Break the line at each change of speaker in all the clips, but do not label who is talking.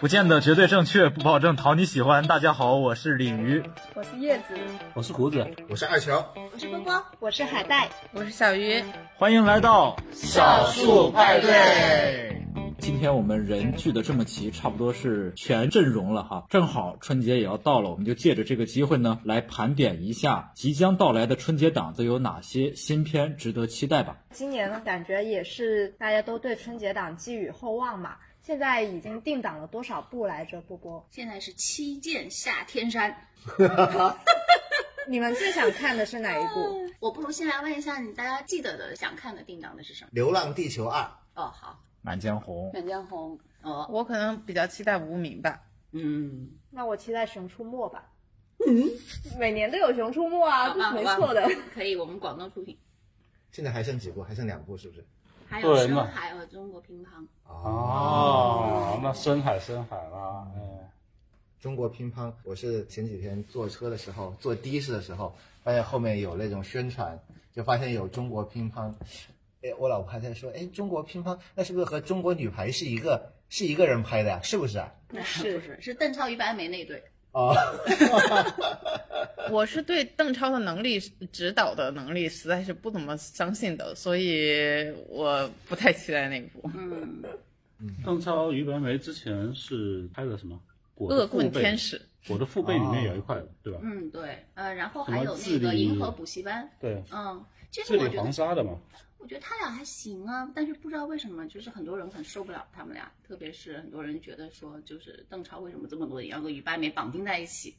不见得绝对正确，不保证讨你喜欢。大家好，我是鲤鱼，
我是叶子，
我是胡子，
我是二乔，
我是波波，我是海带，
我是小鱼。
欢迎来到
少数派对。
今天我们人聚的这么齐，差不多是全阵容了哈。正好春节也要到了，我们就借着这个机会呢，来盘点一下即将到来的春节档都有哪些新片值得期待吧。
今年感觉也是大家都对春节档寄予厚望嘛。现在已经定档了多少部来着？波波，
现在是《七剑下天山》
你们最想看的是哪一部？
我不如先来问一下你，大家记得的想看的定档的是什么？
《流浪地球二》
哦，好，
《满江红》。
《满江红》哦，
我可能比较期待《无名》吧。
嗯，
那我期待《熊出没》吧。嗯，每年都有《熊出没》啊，这是没错的。
可以，我们广东出品。
现在还剩几部？还剩两部，是不是？
还有深海和中国乒乓。
哦，那深海深海啦，哎，
中国乒乓，我是前几天坐车的时候，坐的士的时候，发现后面有那种宣传，就发现有中国乒乓。哎，我老婆还在说，哎，中国乒乓那是不是和中国女排是一个是一个人拍的呀、是不是啊？
那是不是是邓超、于白眉那对？
哦，
我是对邓超的能力、指导的能力实在是不怎么相信的，所以我不太期待那部
嗯，
邓超、于白眉之前是拍的什么？
《
我的
恶
父辈
棍天》。使
我的父辈里面有一块，对吧？
嗯，对，呃，然后
什么
还有那
智
个
力
银河补习班，
对，
嗯，这
治
个我
理
觉
黄
得，
沙的嘛。
我觉得他俩还行啊，但是不知道为什么，就是很多人很受不了他们俩，特别是很多人觉得说，就是邓超为什么这么多年要跟于白眉绑定在一起？》。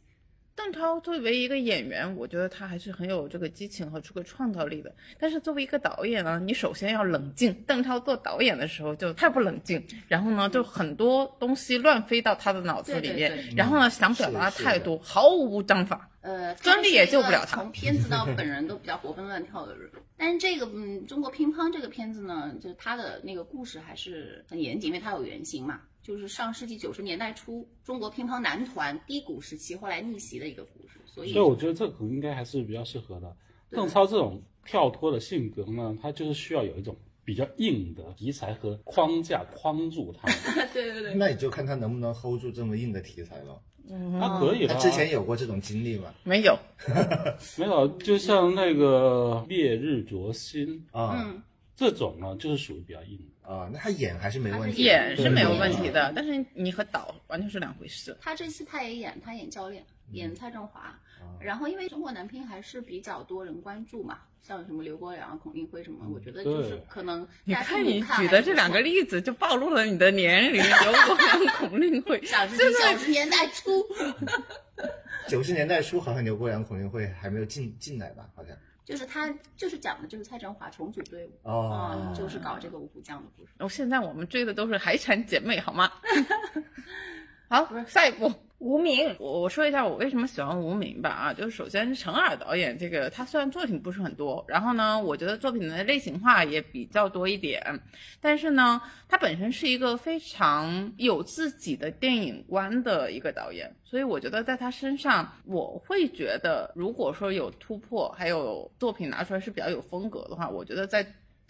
邓超作为一个演员，我觉得他还是很有这个激情和这个创造力的。但是作为一个导演呢，你首先要冷静。邓超做导演的时候就太不冷静，然后呢，就很多东西乱飞到他的脑子里面，
对对
嗯
然后呢，想表达太多，毫无章法。
呃，
专
他
利
是
也
一
救不
个
了他
从片子到本人都比较活蹦乱跳的人，但是这个嗯，中国乒乓这个片子呢，就是它的那个故事还是很严谨，因为它有原型嘛，就是上世纪九十年代初中国乒乓男团低谷时期后来逆袭的一个故事，所以
所以我觉得这个应该还是比较适合的。邓超这种跳脱的性格呢，他就是需要有一种比较硬的题材和框架框住他。
对
啊
对对，
那你就看他能不能 hold 住这么硬的题材了。
他可以
他
的啊。
之前有过这种经历吗？
没有，
没有，就像那个《烈日灼心》
啊、
嗯，
这种呢，就是属于比较硬的。
啊，那他演还是没问题的，
演是没有问题
的。
的，但是你和导完全是两回事。
他这次他也演，他演教练，
嗯
演蔡振
啊
华。然后因为中国男乒还是比较多人关注嘛，像什么刘国梁啊、孔令辉什么，我觉得就是
嗯对
可能
你
大家
看
父母
你
看
举
还
的
是
这
不
两个
爽
例子，就暴露了你的年 龄。刘国梁、孔令辉，
小时
真
九
的
十年代初，
九十年代初好像刘国梁、孔令辉还没有进进来吧？好像。
就是他就是讲的就是蔡振华重组队伍，
哦
啊
嗯，，就是搞这个五虎将的故事。
哦，现在我们追的都是海产姐妹，好吗？好，下一步。
无名，
我我说一下我为什么喜欢无名吧啊，就是首先陈耳导演这个，他虽然作品不是很多，然后呢，我觉得作品的类型化也比较多一点，但是呢，他本身是一个非常有自己的电影观的一个导演，所以我觉得在他身上，我会觉得如果说有突破，还有作品拿出来是比较有风格的话，我觉得在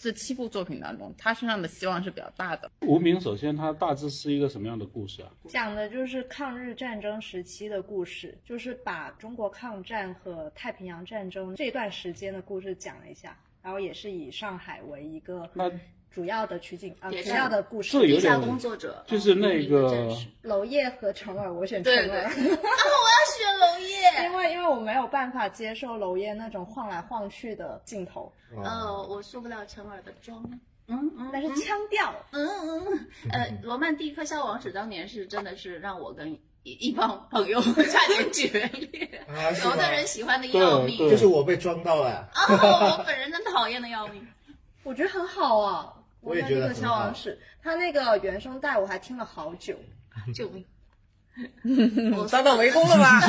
这七部作品当中，他身上的希望是比较大的。
无名首先它大致是一个什么样的故事啊？
讲的就是抗日战争时期的故事，就是把中国抗战和太平洋战争这段时间的故事讲了一下，然后也是以上海为一个
那
主要的取景啊、
也
主
是
要的故事
这。有
地下
点
工作者
就是
嗯
那
一个
个
战士
娄烨和陈耳，我选陈
对
耳，
血啊龙
因
叶。
为因为我没有办法接受娄烨那种晃来晃去的镜头，
啊
哦，我受不了陈耳的妆。嗯嗯，
但是腔调
嗯嗯嗯，呃，罗曼蒂克消亡史当年是真的是让我跟一一帮朋友 差点决裂，
啊，是
有
吗？
的人喜欢的要命，
对
就是我被装到了。
哦，我本人真讨厌的要命。
我觉得很好啊。
我也觉
那个
得很
消
好
亡史，他那个原声带我还听了好久。
救 命！
我嗯遭到围攻了吧？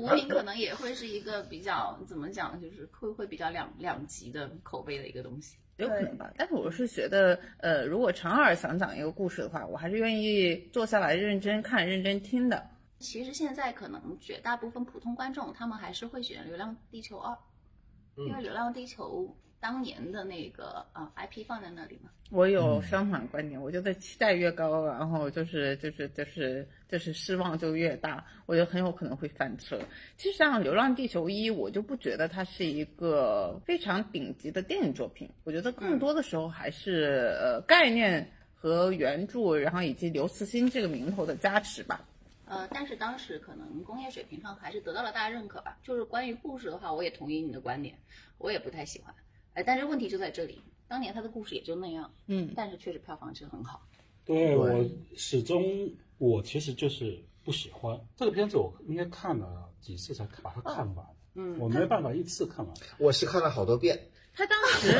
无名可能也会是一个比较怎么讲，就是会会比较两两极的口碑的一个东西。
有可能吧，但是我是觉得，呃，如果长耳想讲一个故事的话，我还是愿意坐下来认真看、认真听的。
其实现在可能绝大部分普通观众他们还是会选《流浪地球二》，因为《流浪地球》当年的那个呃 IP 放在那里嘛。
我有相反观点，我觉得期待越高，然后就是就是就是就是失望就越大，我觉得很有可能会翻车。其实像《流浪地球一》，我就不觉得它是一个非常顶级的电影作品，我觉得更多的时候还是、呃概念和原著，然后以及刘慈欣这个名头的加持吧。
呃，但是当时可能工业水平上还是得到了大家认可吧。就是关于故事的话，我也同意你的观点，我也不太喜欢。哎，但是问题就在这里，当年他的故事也就那样，
嗯，
但是确实票房是很好。
对我始终，我其实就是不喜欢这个片子，我应该看了几次才把它看完。
嗯
我没办法一次看完。
我是看了好多遍，
他当时，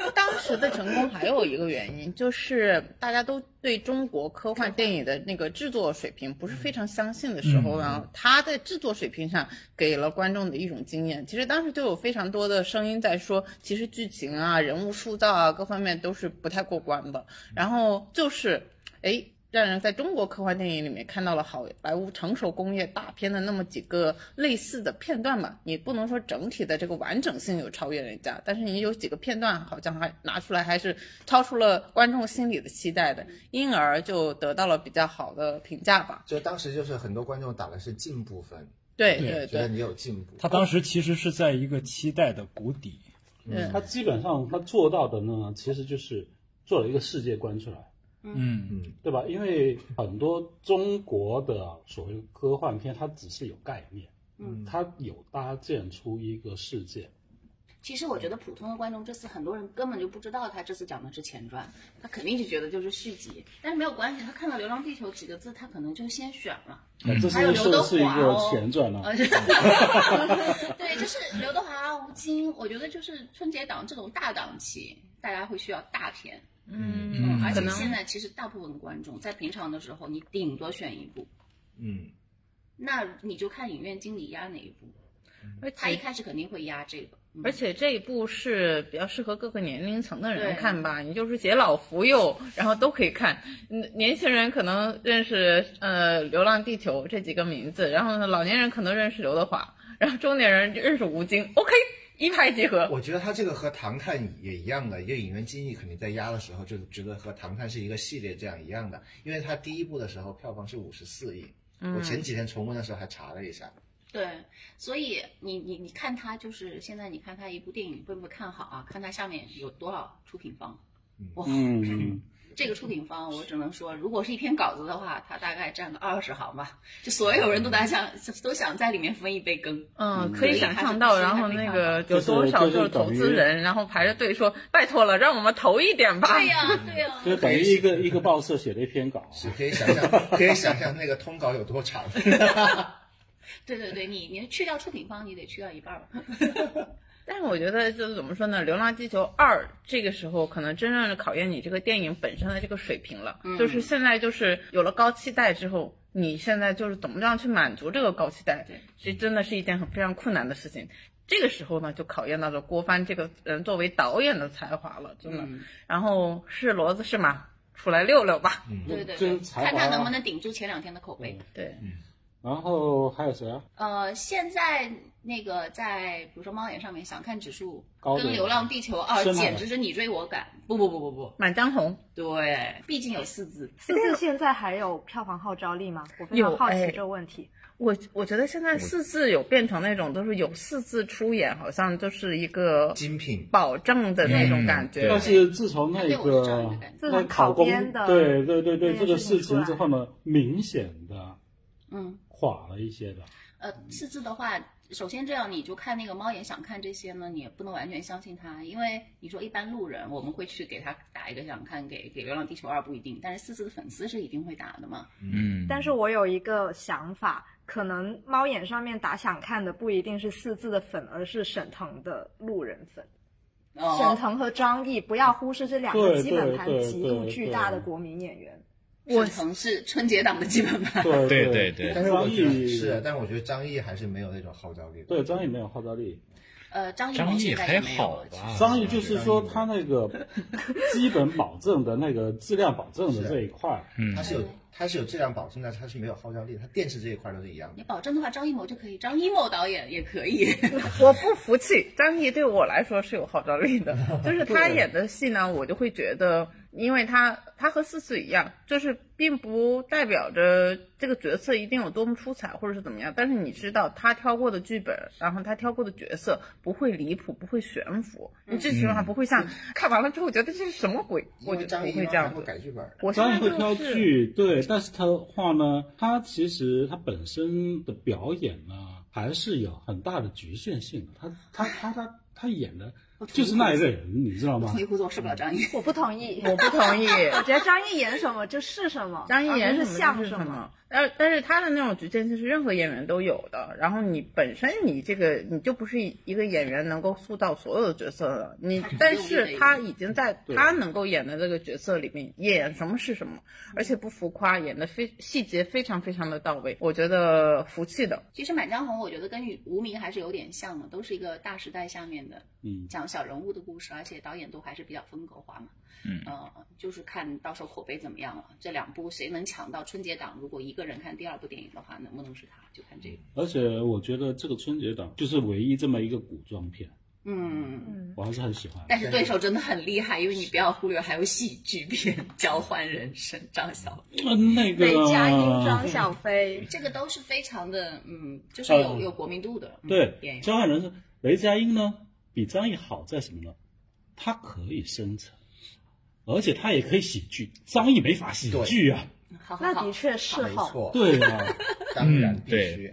他当时的成功还有一个原因，就是大家都对中国科幻电影的那个制作水平不是非常相信的时候，然后他在制作水平上给了观众的一种经验。其实当时就有非常多的声音在说，其实剧情啊、人物塑造啊各方面都是不太过关的。然后就是，哎。让人在中国科幻电影里面看到了好莱坞成熟工业大片的那么几个类似的片段吧。你不能说整体的这个完整性有超越人家，但是你有几个片段好像还拿出来还是超出了观众心里的期待的，因而就得到了比较好的评价吧。
就当时就是很多观众打的是进步分，
对
对
对
觉得
对，
你有进步。
他当时其实是在一个期待的谷底，
嗯
他基本上他做到的呢，其实就是做了一个世界观出来，
嗯，
嗯，
对吧？因为很多中国的所谓科幻片，它只是有概念，
嗯
它有搭建出一个世界。
其实我觉得普通的观众这次很多人根本就不知道他这次讲的是前传，他肯定就觉得就是续集，但是没有关系，他看到《流浪地球》几个字，他可能就先选了。
这
还有刘
是是
德
不是一
华
个
哦
前传呢、啊
呃，对，就是刘德华、吴京，我觉得就是春节档这种大档期，大家会需要大片。
嗯
而
可
且
能
现在其实大部分观众在平常的时候，你顶多选一部，
嗯，
那你就看影院经理压哪一部。
而
他一
且
开始肯定会压这个，嗯
而且这一部是比较适合各个年龄层的
对
人看吧，你就是解老扶幼，然后都可以看。嗯年轻人可能认识呃《流浪地球》这几个名字，然后呢老年人可能认识刘德华，然后中年人就认识吴京。OK，一拍即合。嗯
我觉得他这个和《唐探》也一样的，一个演员经理肯定在压的时候就觉得和《唐探》是一个系列这样一样的，因为他第一部的时候票房是五十四亿，
嗯
我前几天重温的时候还查了一下，
对，所以你你你看他就是现在你看他一部电影会不会看好啊？看他下面有多少出品方，哇，
嗯，
这个出品方我只能说，如果是一篇稿子的话，他大概占个二十行吧，就所有人都在想都想在里面分一杯羹。
嗯，
嗯
可以想象到，然后那个有多少就是投资人，然后排着队说拜托了，让我们投一点吧。
对呀、对呀、
就等于一个一个报社写了一篇稿，啊
是可以想象，可以想象那个通稿有多长。
对对对，你你去掉出品方，你得去掉一半吧。
但是我觉得就是怎么说呢，《流浪地球二》这个时候可能真正的考验你这个电影本身的这个水平了。
嗯
就是现在就是有了高期待之后，你现在就是怎么样去满足这个高期待
对，
这真的是一件很非常困难的事情。这个时候呢，就考验到了郭帆这个人作为导演的才华了，真的。
嗯，
然后是骡子是马，出来溜溜吧。
对对
这
对
是，才华
看他能不能顶住前两天的口碑。
对，
然后还有谁啊？
呃，现在那个在比如说猫眼上面想看指数，
高
跟
德
《流浪地球二
是》吗
简直是你追我赶。不不不不不，
《满江红》
对，毕竟有四字。
四字现在还有票房号召力吗？我非
有
常好奇
哎
这个问题。
我我觉得现在四字有变成那种，都是有四字出演，好像就是一个
精品
保证的那种感觉。
但是自从那
对我是这样
个
的感觉。
自
那
从
考公
编的
对对对对
这件
这个
事情
事
出来
情之后呢，明显的
嗯，
垮了一些的。
呃，四字的话，首先这样你就看那个猫眼想看这些呢，你也不能完全相信他，因为你说一般路人我们会去给他打一个想看，给给《流浪地球二》不一定，但是四字的粉丝是一定会打的嘛。
嗯
但是我有一个想法，可能猫眼上面打想看的不一定是四字的粉，而是沈腾的路人粉。沈
哦，
腾和张译，不要忽视这两个
对
基本
对
盘
对
极度
对
巨
对
大的国民演员。
沈腾是春节档的基本盘。
对
对对
对
对
但是我
张
觉得
译
是，但是我觉得张译还是没有那种号召力。
对张译没有号召力，
呃，张艺谋
张译
现在
还
也没有
好
了。
吧？
张译啊就是说啊他那个基本保证的那个质量保证的这一块，
嗯
他是有它是有质量保证的，它是没有号召力的，它电视这一块都是一样的
你。保证的话，张艺谋就可以，张艺谋导演也可 以。
我不服气，张译对我来说是有号召力的，就是他演的戏呢，我就会觉得，因为他他和四四一样，就是并不代表着这个角色一定有多么出彩或者是怎么样，但是你知道他挑过的剧本，然后他挑过的角色不会离谱，不会悬浮，你最起码不会像看完了之后觉得这是什么鬼，我
因
就
为
不
张艺
会
谋
这
还
样
会
子。
改剧本，
我现
张
在
译会
就
挑
是
剧，对，但是他的话呢，他其实他本身的表演呢，还是有很大的局限性的。他他他他他演的
我同意
就是嗯那一个人，你知道
我
吗
同？意胡总，我受不了张译。
我不同意，
我不同 意。
我觉得张译演什么就是什么，
张译演
而不
什
是
么啊就
像
是
什
什。么，但但是他的那种局限性是任何演员都有的。然后你本身你这个你就不是一个演员能够塑造所有的角色的，你
他只
但
用一
是
类
他已经在
对
他能够演的这个角色里面演什么是什么，而且不浮夸，演的非细节非常非常的到位，我觉得服气的。
其实《满江红》我觉得跟《无名》还是有点像的，都是一个大时代下面的
嗯，
讲小人物的故事，而且导演都还是比较风格化嘛。
嗯
呃，就是看到时候口碑怎么样了。这两部谁能抢到春节档？如果一个人看第二部电影的话，能不能是他？就看这个。
而且我觉得这个春节档就是唯一这么一个古装片，
嗯，
我还是很喜欢。
但是对手真的很厉害，因为你不要忽略还有喜剧片《交换人生》张小，
那那个
雷佳
啊
音、张小飞，
这个都是非常的，嗯，就是有、
嗯
有国民度的。嗯、
对
演员
交换人生，雷佳音呢比张译好在什么呢？他可以深沉，而且他也可以喜剧，张译没法喜剧啊。
好好
那
好
的，确是
没
好，
错，
对啊，
当然
嗯
必
对
须。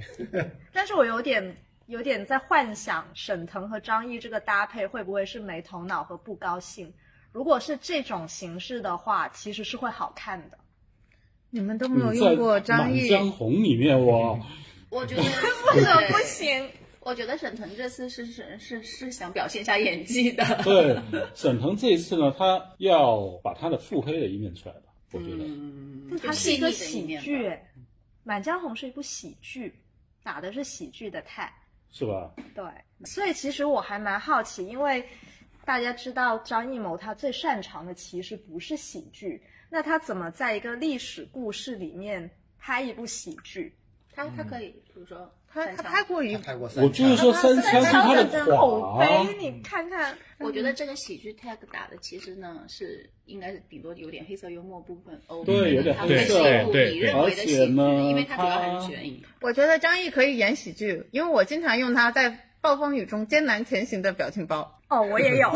但是我有点有点在幻想沈腾和张译这个搭配会不会是没头脑和不高兴。如果是这种形式的话，其实是会好看的。
你们都
你
没有
嗯在
用过张
满
译，
江红》里面我，
我 觉得不
这不行，
我觉得沈腾这次是是是是想表现一下演技的。
对沈腾这一次呢，他要把他的腹黑的一面出来吧，我觉得。
嗯
但它是一个喜剧，《满江红》是一部喜剧，打的是喜剧的 tag。
是吧？
对，所以其实我还蛮好奇，因为大家知道张艺谋他最擅长的其实不是喜剧，那他怎么在一个历史故事里面拍一部喜剧？
他
嗯
他可以，比如说
他
三
他
枪
拍过一
他拍过三
我就是说三枪是他
三
的
枪的口
垮啊，
碑，你看看，
我觉得这个喜剧 tag 打的其实呢是应该是顶多有点黑色幽默部分，哦，
对有点
它
黑
会是
色
一部
对
你
对
认为的
而
喜
且
剧，
呢
因为它主要还
它
是悬疑。
我觉得张译可以演喜剧，因为我经常用他在暴风雨中艰难前行的表情包。
哦，我也有，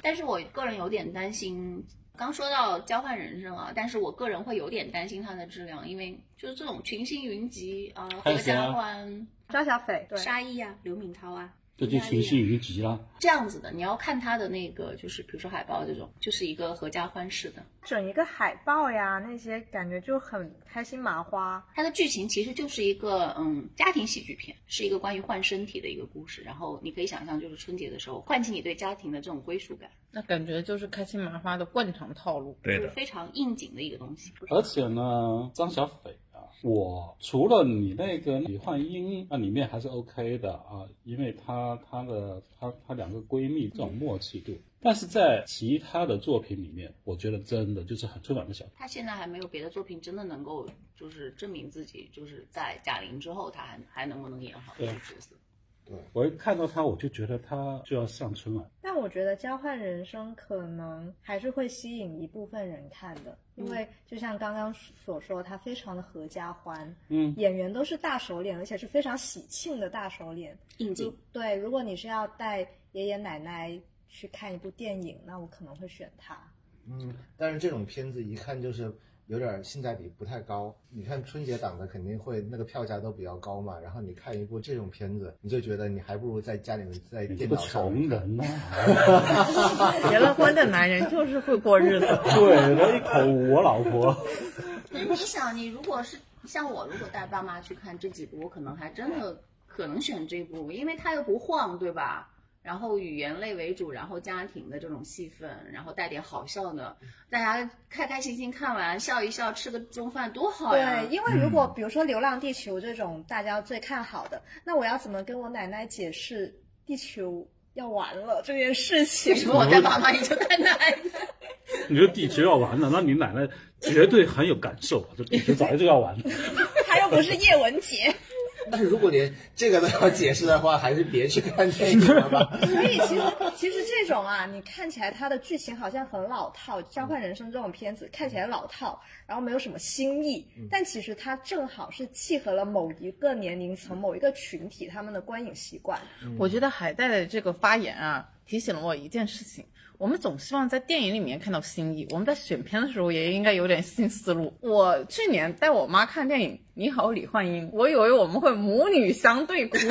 但是我个人有点担心，刚说到交换人生啊，但是我个人会有点担心它的质量，因为就是这种群星云集啊，
还有
合
谁啊
家欢、
张小斐，对，
沙溢啊、刘敏涛啊，
这就群星云集啦。
这样子的，你要看他的那个，就是比如说海报这种，就是一个合家欢式的。
整一个海报呀，那些感觉就很开心麻花。
它的剧情其实就是一个嗯家庭喜剧片，是一个关于换身体的一个故事。然后你可以想象，就是春节的时候唤起你对家庭的这种归属感，
那感觉就是开心麻花的惯常套路。
就
对
是
的，
非常应景的一个东西。
而且呢，张小斐啊，我除了你那个李焕英啊，里面还是 OK 的啊，因为她她的她她两个闺蜜这种默契度，但是在其他的作品里面，我觉得真的就是很春晚的小
他现在还没有别的作品真的能够就是证明自己，就是在贾玲之后，他还还能不能演好这个角色？
我一看到她，我就觉得她就要上春晚。
但我觉得交换人生可能还是会吸引一部分人看的，因为就像刚刚所说，它非常的合家欢，
嗯，
演员都是大手脸，而且是非常喜庆的大手脸。
应景
如。对，如果你是要带爷爷奶奶去看一部电影，那我可能会选它。
嗯，但是这种片子一看就是有点性价比不太高。你看春节档的肯定会那个票价都比较高嘛，然后你看一部这种片子，你就觉得你还不如在家里面在
你这
电
个
脑上
穷
面看。
人呐、
结了婚的男人就是会过日子。
对了一口我老婆。
那你想，你如果是像我，如果带爸妈去看这几部，我可能还真的可能选这部，因为它又不晃，对吧？然后语言类为主，然后家庭的这种戏份，然后带点好笑的，大家开开心心看完，笑一笑，吃个中饭多好呀
对，！因为如果比如说《流浪地球》这种大家最看好的，那我要怎么跟我奶奶解释地球要完了这件事情
为？什么我带爸妈也就带奶奶？
你这地球要完了，那你奶奶绝对很有感受，这地球早就要完了。
他又不是叶文洁。
但是如果连这个都要解释的话，还是别去看电影了吧。
所以其实其实这种啊，你看起来它的剧情好像很老套，《交换人生》这种片子看起来老套，然后没有什么新意，但其实它正好是契合了某一个年龄层、某一个群体他们的观影习惯。
我觉得海带的这个发言啊，提醒了我一件事情：我们总希望在电影里面看到新意，我们在选片的时候也应该有点新思路。我去年带我妈看电影《你好，李焕英》，我以为我们会母女相对哭泣，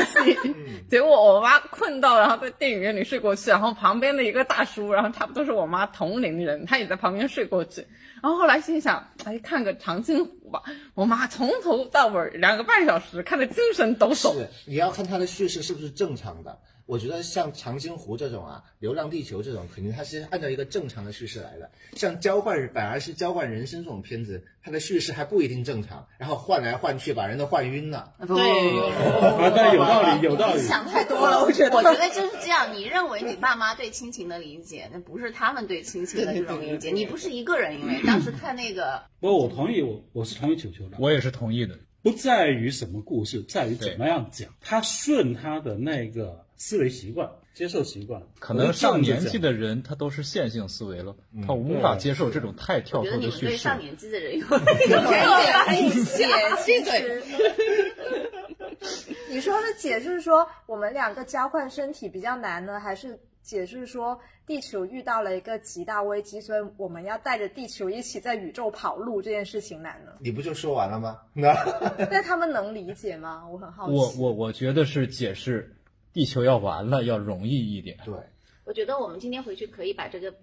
结果我妈困到，然后在电影院里睡过去，然后旁边的一个大叔，然后差不多是我妈同龄人，他也在旁边睡过去。然后后来心想，哎，看个《长津湖》吧。我妈从头到尾两个半小时看的精神抖擞。
是，你要看它的叙事是不是正常的。我觉得像《长津湖》这种啊，《流浪地球》这种，肯定它是按照一个正常的叙事来的。像《交换》反而是《交换人生》这种片子，它的叙事还不一定正常，然后换来换去把人都换晕了。
哦
对，
啊，但有道理，有道理。
想太多了，我觉得。我觉得就是这样，你认为你爸妈对亲情的理解，那不是他们对亲情的这种理解。你不是一个人，因为当时看那个，
不过我同意，我我是同意球球的。
我也是同意的。
不在于什么故事，在于怎么样讲。他顺他的那个思维习惯、接受习惯，
可能上年纪的
的
人他都是线性思维了，
嗯
他无法接受这种太跳
我觉得
脱
你
的
们
叙事
对上。年纪的 人有有点理解，这个
你说的解释说我们两个交换身体比较难呢，还是解释说地球遇到了一个极大危机，所以我们要带着地球一起在宇宙跑路这件事情难 呢？
你不就说完了吗？ 那
那他们能理解吗？我很好奇。
我我我觉得是解释地球要完了要容易一点。
对，
我觉得我们今天回去可以把这个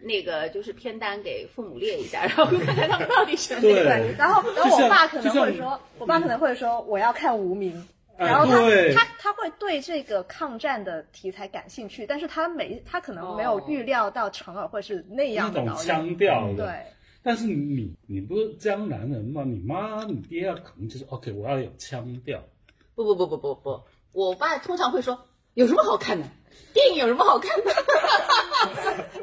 那个就是片单给父母列一下，然后看看他们到底选哪个。
对。
然后，然后
就像
我爸可
就
能
像
会说，我爸可能会说我要看无名，
哎
然后他、
对
他他会对这个抗战的题材感兴趣，但是他没他可能没有
哦
预料到成尔会是那
那
样的
种
导演，
腔调的，
对。
但是你你不是江南人吗？你妈你爹啊可能就是 OK，我要有腔调。
不不不不不不，我爸通常会说有什么好看的。电影有什么好看的？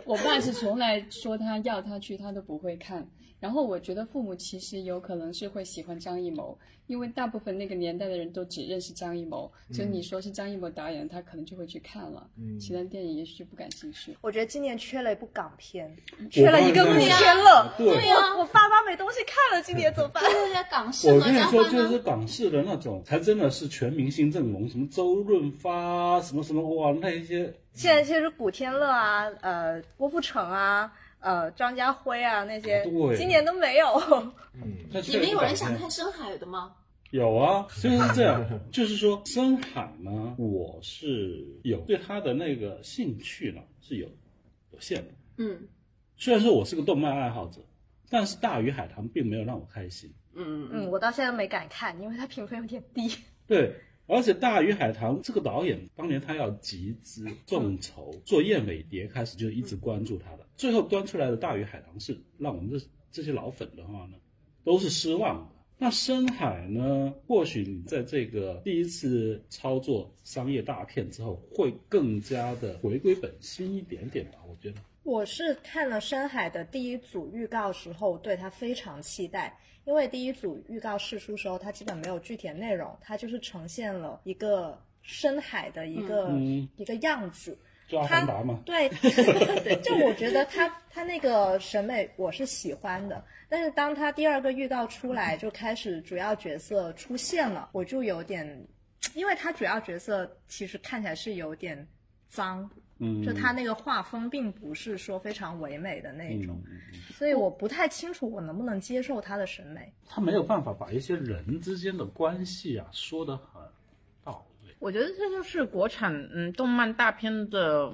我爸是从来说他要他去，他都不会看。然后我觉得父母其实有可能是会喜欢张艺谋，因为大部分那个年代的人都只认识张艺谋，所以你说是张艺谋导演，他可能就会去看了。
嗯
其他电影也许就不感兴趣。
我觉得今年缺了一部港片，
嗯
嗯缺了一个古天乐。
对
对呀
我我爸妈没东西看了，今年怎么办？
对对，港式
我
嘛，
跟你
然后呢
说，就是港式的那种，才真的是全明星阵容，什么周润发，啊什么什么，哇，那一些
现在其实古天乐啊，呃，郭富城啊，呃，张家辉啊那些
哦对，
今年都没有。
嗯，
那
也
确实
没有人想
港片
看深海的吗？
有啊，就是这样，就是说深海呢，我是有对他的那个兴趣呢是有有限的。
嗯
虽然说我是个动漫爱好者，但是《大鱼海棠》并没有让我开心。
嗯嗯
嗯，我到现在都没敢看，因为它评分有点低。
对，而且《大鱼海棠》这个导演当年他要集资众筹做燕尾蝶，开始就一直关注他的，最后端出来的《大鱼海棠》是让我们这这些老粉的话呢，都是失望的。那深海呢？或许你在这个第一次操作商业大片之后，会更加的回归本心一点点吧，我觉得。
我是看了《深海》的第一组预告时候，对它非常期待，因为第一组预告试出时候，它基本没有具体的内容，它就是呈现了一个深海的一个、
嗯
一个样子。
就阿凡达嘛，
对，就我觉得他他那个审美我是喜欢的，但是当他第二个预告出来，就开始主要角色出现了，我就有点，因为他主要角色其实看起来是有点脏，
嗯，
就他那个画风并不是说非常唯美的那
嗯
种，
嗯嗯
所以我不太清楚我能不能接受他的审美。
他没有办法把一些人之间的关系啊说得很到位。
我觉得这就是国产嗯动漫大片的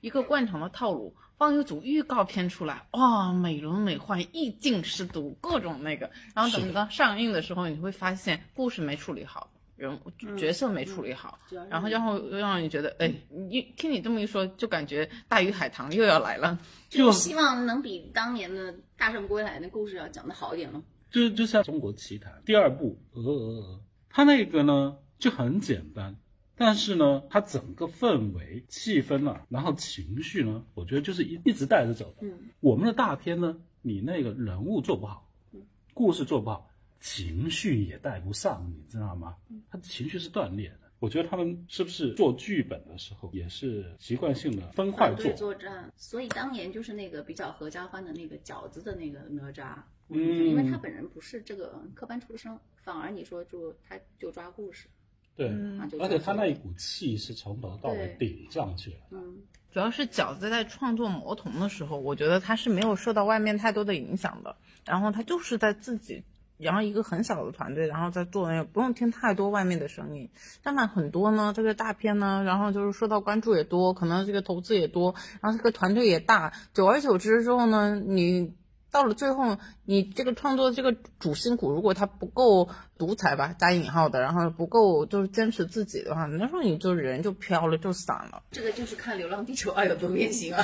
一个惯常的套路，放一组预告片出来，哇、美轮美奂，意境十足，各种那个。然后
是
等
的
到上映的时候，你会发现故事没处理好，人物角色没处理好，
主
嗯
要是
然后然后又让你觉得，哎，你听你这么一说，就感觉《大鱼海棠》又要来了。
就
嗯希望能比当年的《大圣归来》那故事要讲得好一点咯。
就就像《中国奇谭》第二部，呃呃呃，他那个呢就很简单，但是呢，它整个氛围、气氛啊，然后情绪呢，我觉得就是一一直带着走的。
嗯，
我们的大片呢，你那个人物做不好，
嗯
故事做不好，情绪也带不上，你知道吗？
嗯
他的情绪是断裂的。我觉得他们是不是做剧本的时候也是习惯性的分块
反
做
啊对？作战，所以当年就是那个比较合家欢的那个饺子的那个哪吒，
嗯
因为他本人不是这个科班出身，反而你说就他就抓故事，
对，
啊就抓
而且他那一股气是从头到尾
对
顶上去了。
嗯，
主要是饺子在创作《魔童》的时候，我觉得他是没有受到外面太多的影响的，然后他就是在自己。然后一个很小的团队，然后在做，也不用听太多外面的声音。相反，很多呢，这个大片呢，然后就是受到关注也多，可能这个投资也多，然后这个团队也大。久而久之之后呢，你到了最后，你这个创作这个主心骨，如果它不够独裁吧，加引号的，然后不够就是坚持自己的话，那时候你就人就飘了，就散了。
这个就是看《流浪地球二》有多变形啊，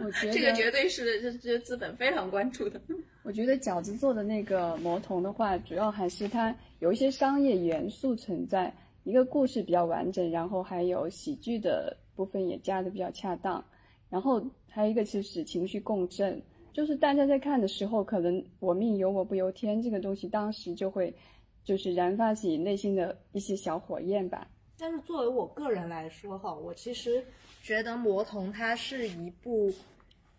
我觉得
这个绝对是这这资本非常关注的，
我觉得饺子做的那个魔童的话，主要还是它有一些商业元素存在，一个故事比较完整，然后还有喜剧的部分也加的比较恰当，然后还有一个就是情绪共振，就是大家在看的时候，可能我命由我不由天这个东西，当时就会就是燃发起内心的一些小火焰吧。
但是作为我个人来说哈，我其实觉得《魔童》它是一部，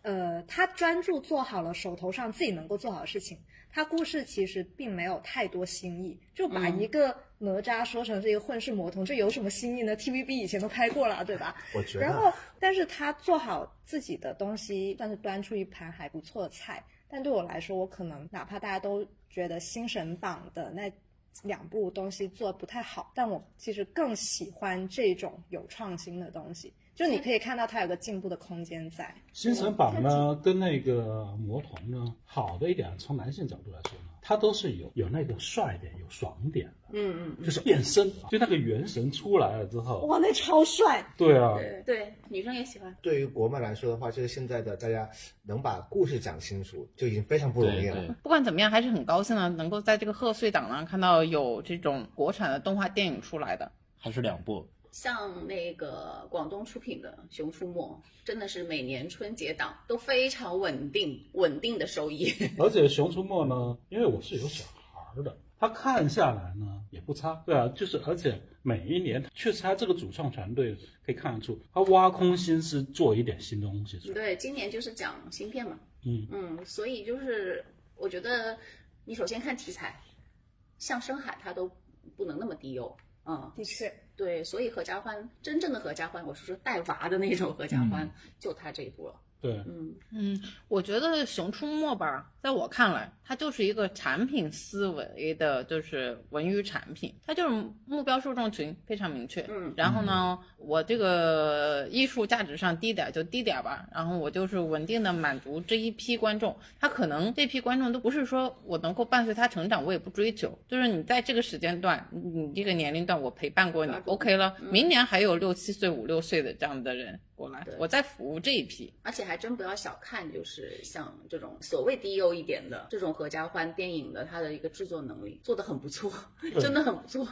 呃，他专注做好了手头上自己能够做好的事情。他故事其实并没有太多新意，就把
嗯
一个哪吒说成是一个混世魔童，这有什么新意呢？TVB 以前都拍过了，对吧？
我觉
然
得
后，但是他做好自己的东西，算是端出一盘还不错的菜。但对我来说，我可能哪怕大家都觉得《新神榜》的那两部东西做得不太好，但我其实更喜欢这种有创新的东西。就你可以看到它有个进步的空间在。
新神榜呢，跟那个魔童呢，好的一点，从男性角度来说呢，他都是有有那个帅点，有爽点的，
嗯嗯
就是变身，啊就那个元神出来了之后，
哇，那超帅！
对啊，
嗯，对，女生也喜欢，
对于国漫来说的话，就是现在的大家能把故事讲清楚，就已经非常不容易了。
对对
不管怎么样，还是很高兴的，能够在这个贺岁档呢看到有这种国产的动画电影出来的。
还是两部。
像那个广东出品的《熊出没》，真的是每年春节档都非常稳定，稳定的收益。
而且《熊出没》呢，因为我是有小孩儿的，他看下来呢也不差，对啊，就是而且每一年确实他这个主创团队可以看得出，他挖空心思做一点新东西出来。
对，今年就是讲芯片嘛，
嗯
嗯，所以就是我觉得你首先看题材，像深海它都不能那么低幼，嗯，
的确，
对，所以合家欢真正的合家欢，我是说带娃的那种合家欢，
嗯
就他这一步了，
对，
嗯，
嗯，我觉得《熊出没》吧，在我看来，它就是一个产品思维的，就是文娱产品，它就是目标受众群非常明确。
嗯
然后呢，我这个艺术价值上低点儿就低点儿吧，然后我就是稳定的满足这一批观众。他可能这批观众都不是说我能够伴随他成长，我也不追求，就是你在这个时间段，你你这个年龄段，我陪伴过你
抓住
，OK 了。
嗯
明年还有六七岁、五六岁的这样的人过来
对，
我在服务这一批。
而且还真不要小看，就是像这种所谓低幼一点的这种合家欢电影的，它的一个制作能力做得很不错，真的很不错，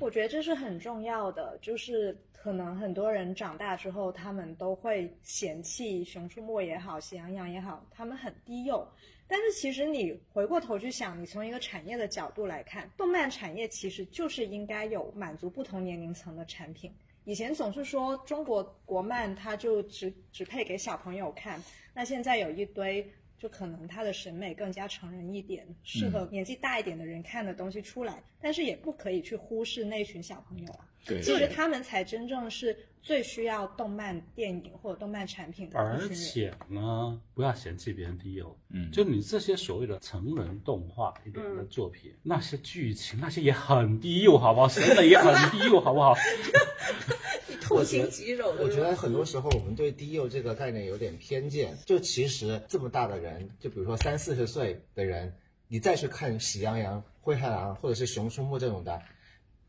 我觉得这是很重要的，就是可能很多人长大之后，他们都会嫌弃《熊出没》也好，《喜羊羊》也好，他们很低幼。但是其实你回过头去想，你从一个产业的角度来看，动漫产业其实就是应该有满足不同年龄层的产品。以前总是说中国国漫它就只只配给小朋友看，那现在有一堆就可能他的审美更加成人一点，适合年纪大一点的人看的东西出来，但是也不可以去忽视那群小朋友啊。
对，
其实他们才真正是最需要动漫电影或者动漫产品的
而
一群人。
且呢，不要嫌弃别人低幼，
嗯，
就你这些所谓的成人动画一点的
嗯
作品，那些剧情那些也很低幼，好不好？审美也很低幼，好不啊好？
痛心疾首的。
我觉得很多时候我们对低幼这个概念有点偏见。就其实这么大的人，就比如说三四十岁的人，你再去看《喜羊羊》《灰太狼》或者是《熊出没》这种的，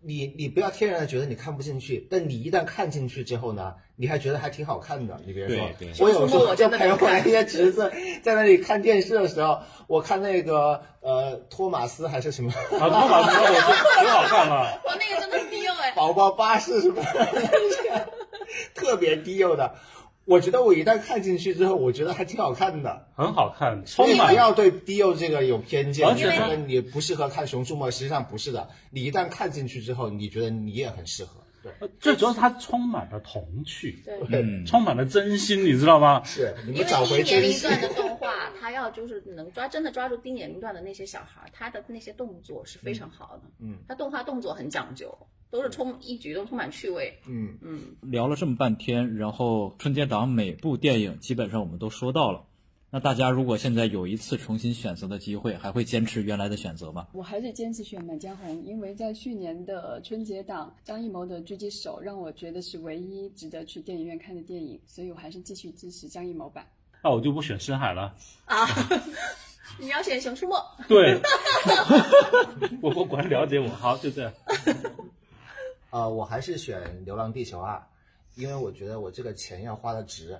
你你不要天然的觉得你看不进去，但你一旦看进去之后呢，你还觉得还挺好看的。你别说
对对，
我有时
熊出没
候
我
就
真的
陪
能
我
看
一些侄子在那里看电视的时候，我看那个呃托马斯还是什么。
啊，托马斯，我是很好看了。
哇，那个真的是低幼哎，
宝宝巴士什么的， 特别低幼的。我觉得我一旦看进去之后，我觉得还挺好看的。
很好看，
所以
充
不
满
要对低幼这个有偏见，
而
你
且
觉
它
得你不适合看《熊出没》，实际上不是的。你一旦看进去之后，你觉得你也很适合。对，
最主要是它充满了童趣，
对，
嗯，
充满了真心，你知道吗？
是你
因为
们找
低
回
年
真
龄
心。
段的动画，它要就是能抓真的抓住低年龄段的那些小孩儿，他的那些动作是非常好的。
嗯，
他动画动作很讲究，都是充一举都充满趣味。
嗯，
嗯，
聊了这么半天，然后春节档每部电影基本上我们都说到了。那大家如果现在有一次重新选择的机会，还会坚持原来的选择吗？
我还是坚持选《满江红》，因为在去年的春节档，张艺谋的《狙击手》让我觉得是唯一值得去电影院看的电影，所以我还是继续支持张艺谋版。
那我就不选深海了。
啊，你要选《熊出没》，
对，我不管了解我，好，就这样。
呃，我还是选《流浪地球二》，因为我觉得我这个钱要花的值。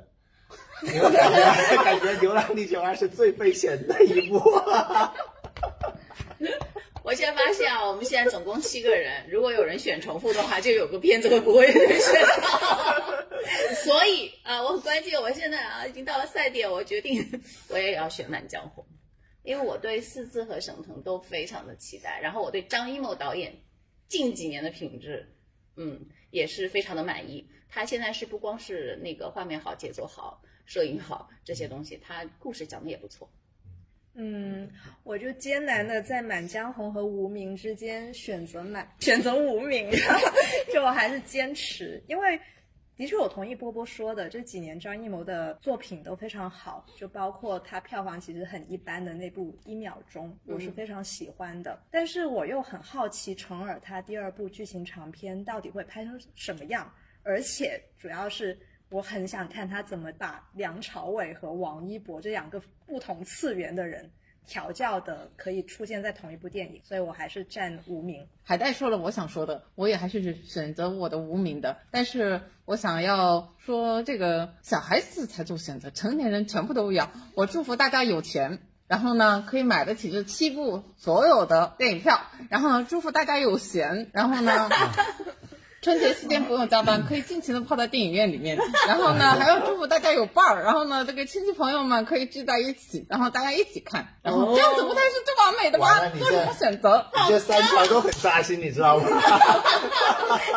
因为我感觉 感觉《流浪地球二》是最费钱的一 部。
我现在发现啊，我们现在总共七个人，如果有人选重复的话，就有个片子会不会选到。所以啊、呃我很关键，我现在啊已经到了赛点，我决定我也要选《满江红》，因为我对四字和沈腾都非常的期待，然后我对张艺谋导演近几年的品质，嗯，也是非常的满意。他现在是不光是那个画面好、节奏好、摄影好这些东西，他故事讲的也不错。
嗯，我就艰难的在《满江红》和《无名》之间选择满，选择《无名》， 就我还是坚持，因为的确我同意波波说的，这几年张艺谋的作品都非常好，就包括他票房其实很一般的那部《一秒钟》，我是非常喜欢的。但是我又很好奇成尔他第二部剧情长篇到底会拍成什么样，而且主要是我很想看他怎么把梁朝伟和王一博这两个不同次元的人调教的可以出现在同一部电影，所以我还是占无名。
海带说了我想说的，我也还是选择我的无名的。但是我想要说，这个小孩子才做选择，成年人全部都要。我祝福大家有钱，然后呢可以买得起这七部所有的电影票，然后呢祝福大家有闲，然后 呢。春节期间不用加班，可以尽情的泡在电影院里面。然后呢，还要祝福大家有伴儿。然后呢，这个亲戚朋友们可以聚在一起，然后大家一起看。然后这样子不才是最完美的吗
完了？你
做什
这
么选择？
你这三条都很扎心，你知道吗？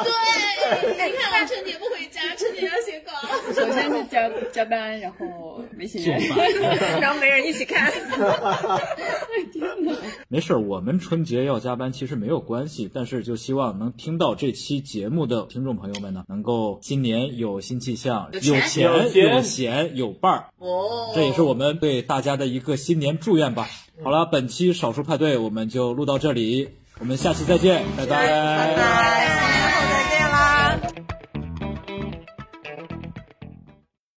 对，你看我春节不回家，春节要写稿。
首先是加加班，然后没醒人。
然后没人一起看。
没事儿，我们春节要加班其实没有关系，但是就希望能听到这期节目的听众朋友们呢，能够新年有新气象，
有
有
钱
有
钱、
钱
有闲、有伴儿。
哦，嗯
这也是我们对大家的一个新年祝愿吧。好了，本期少数派对我们就录到这里，我们下期再见，拜拜
拜拜。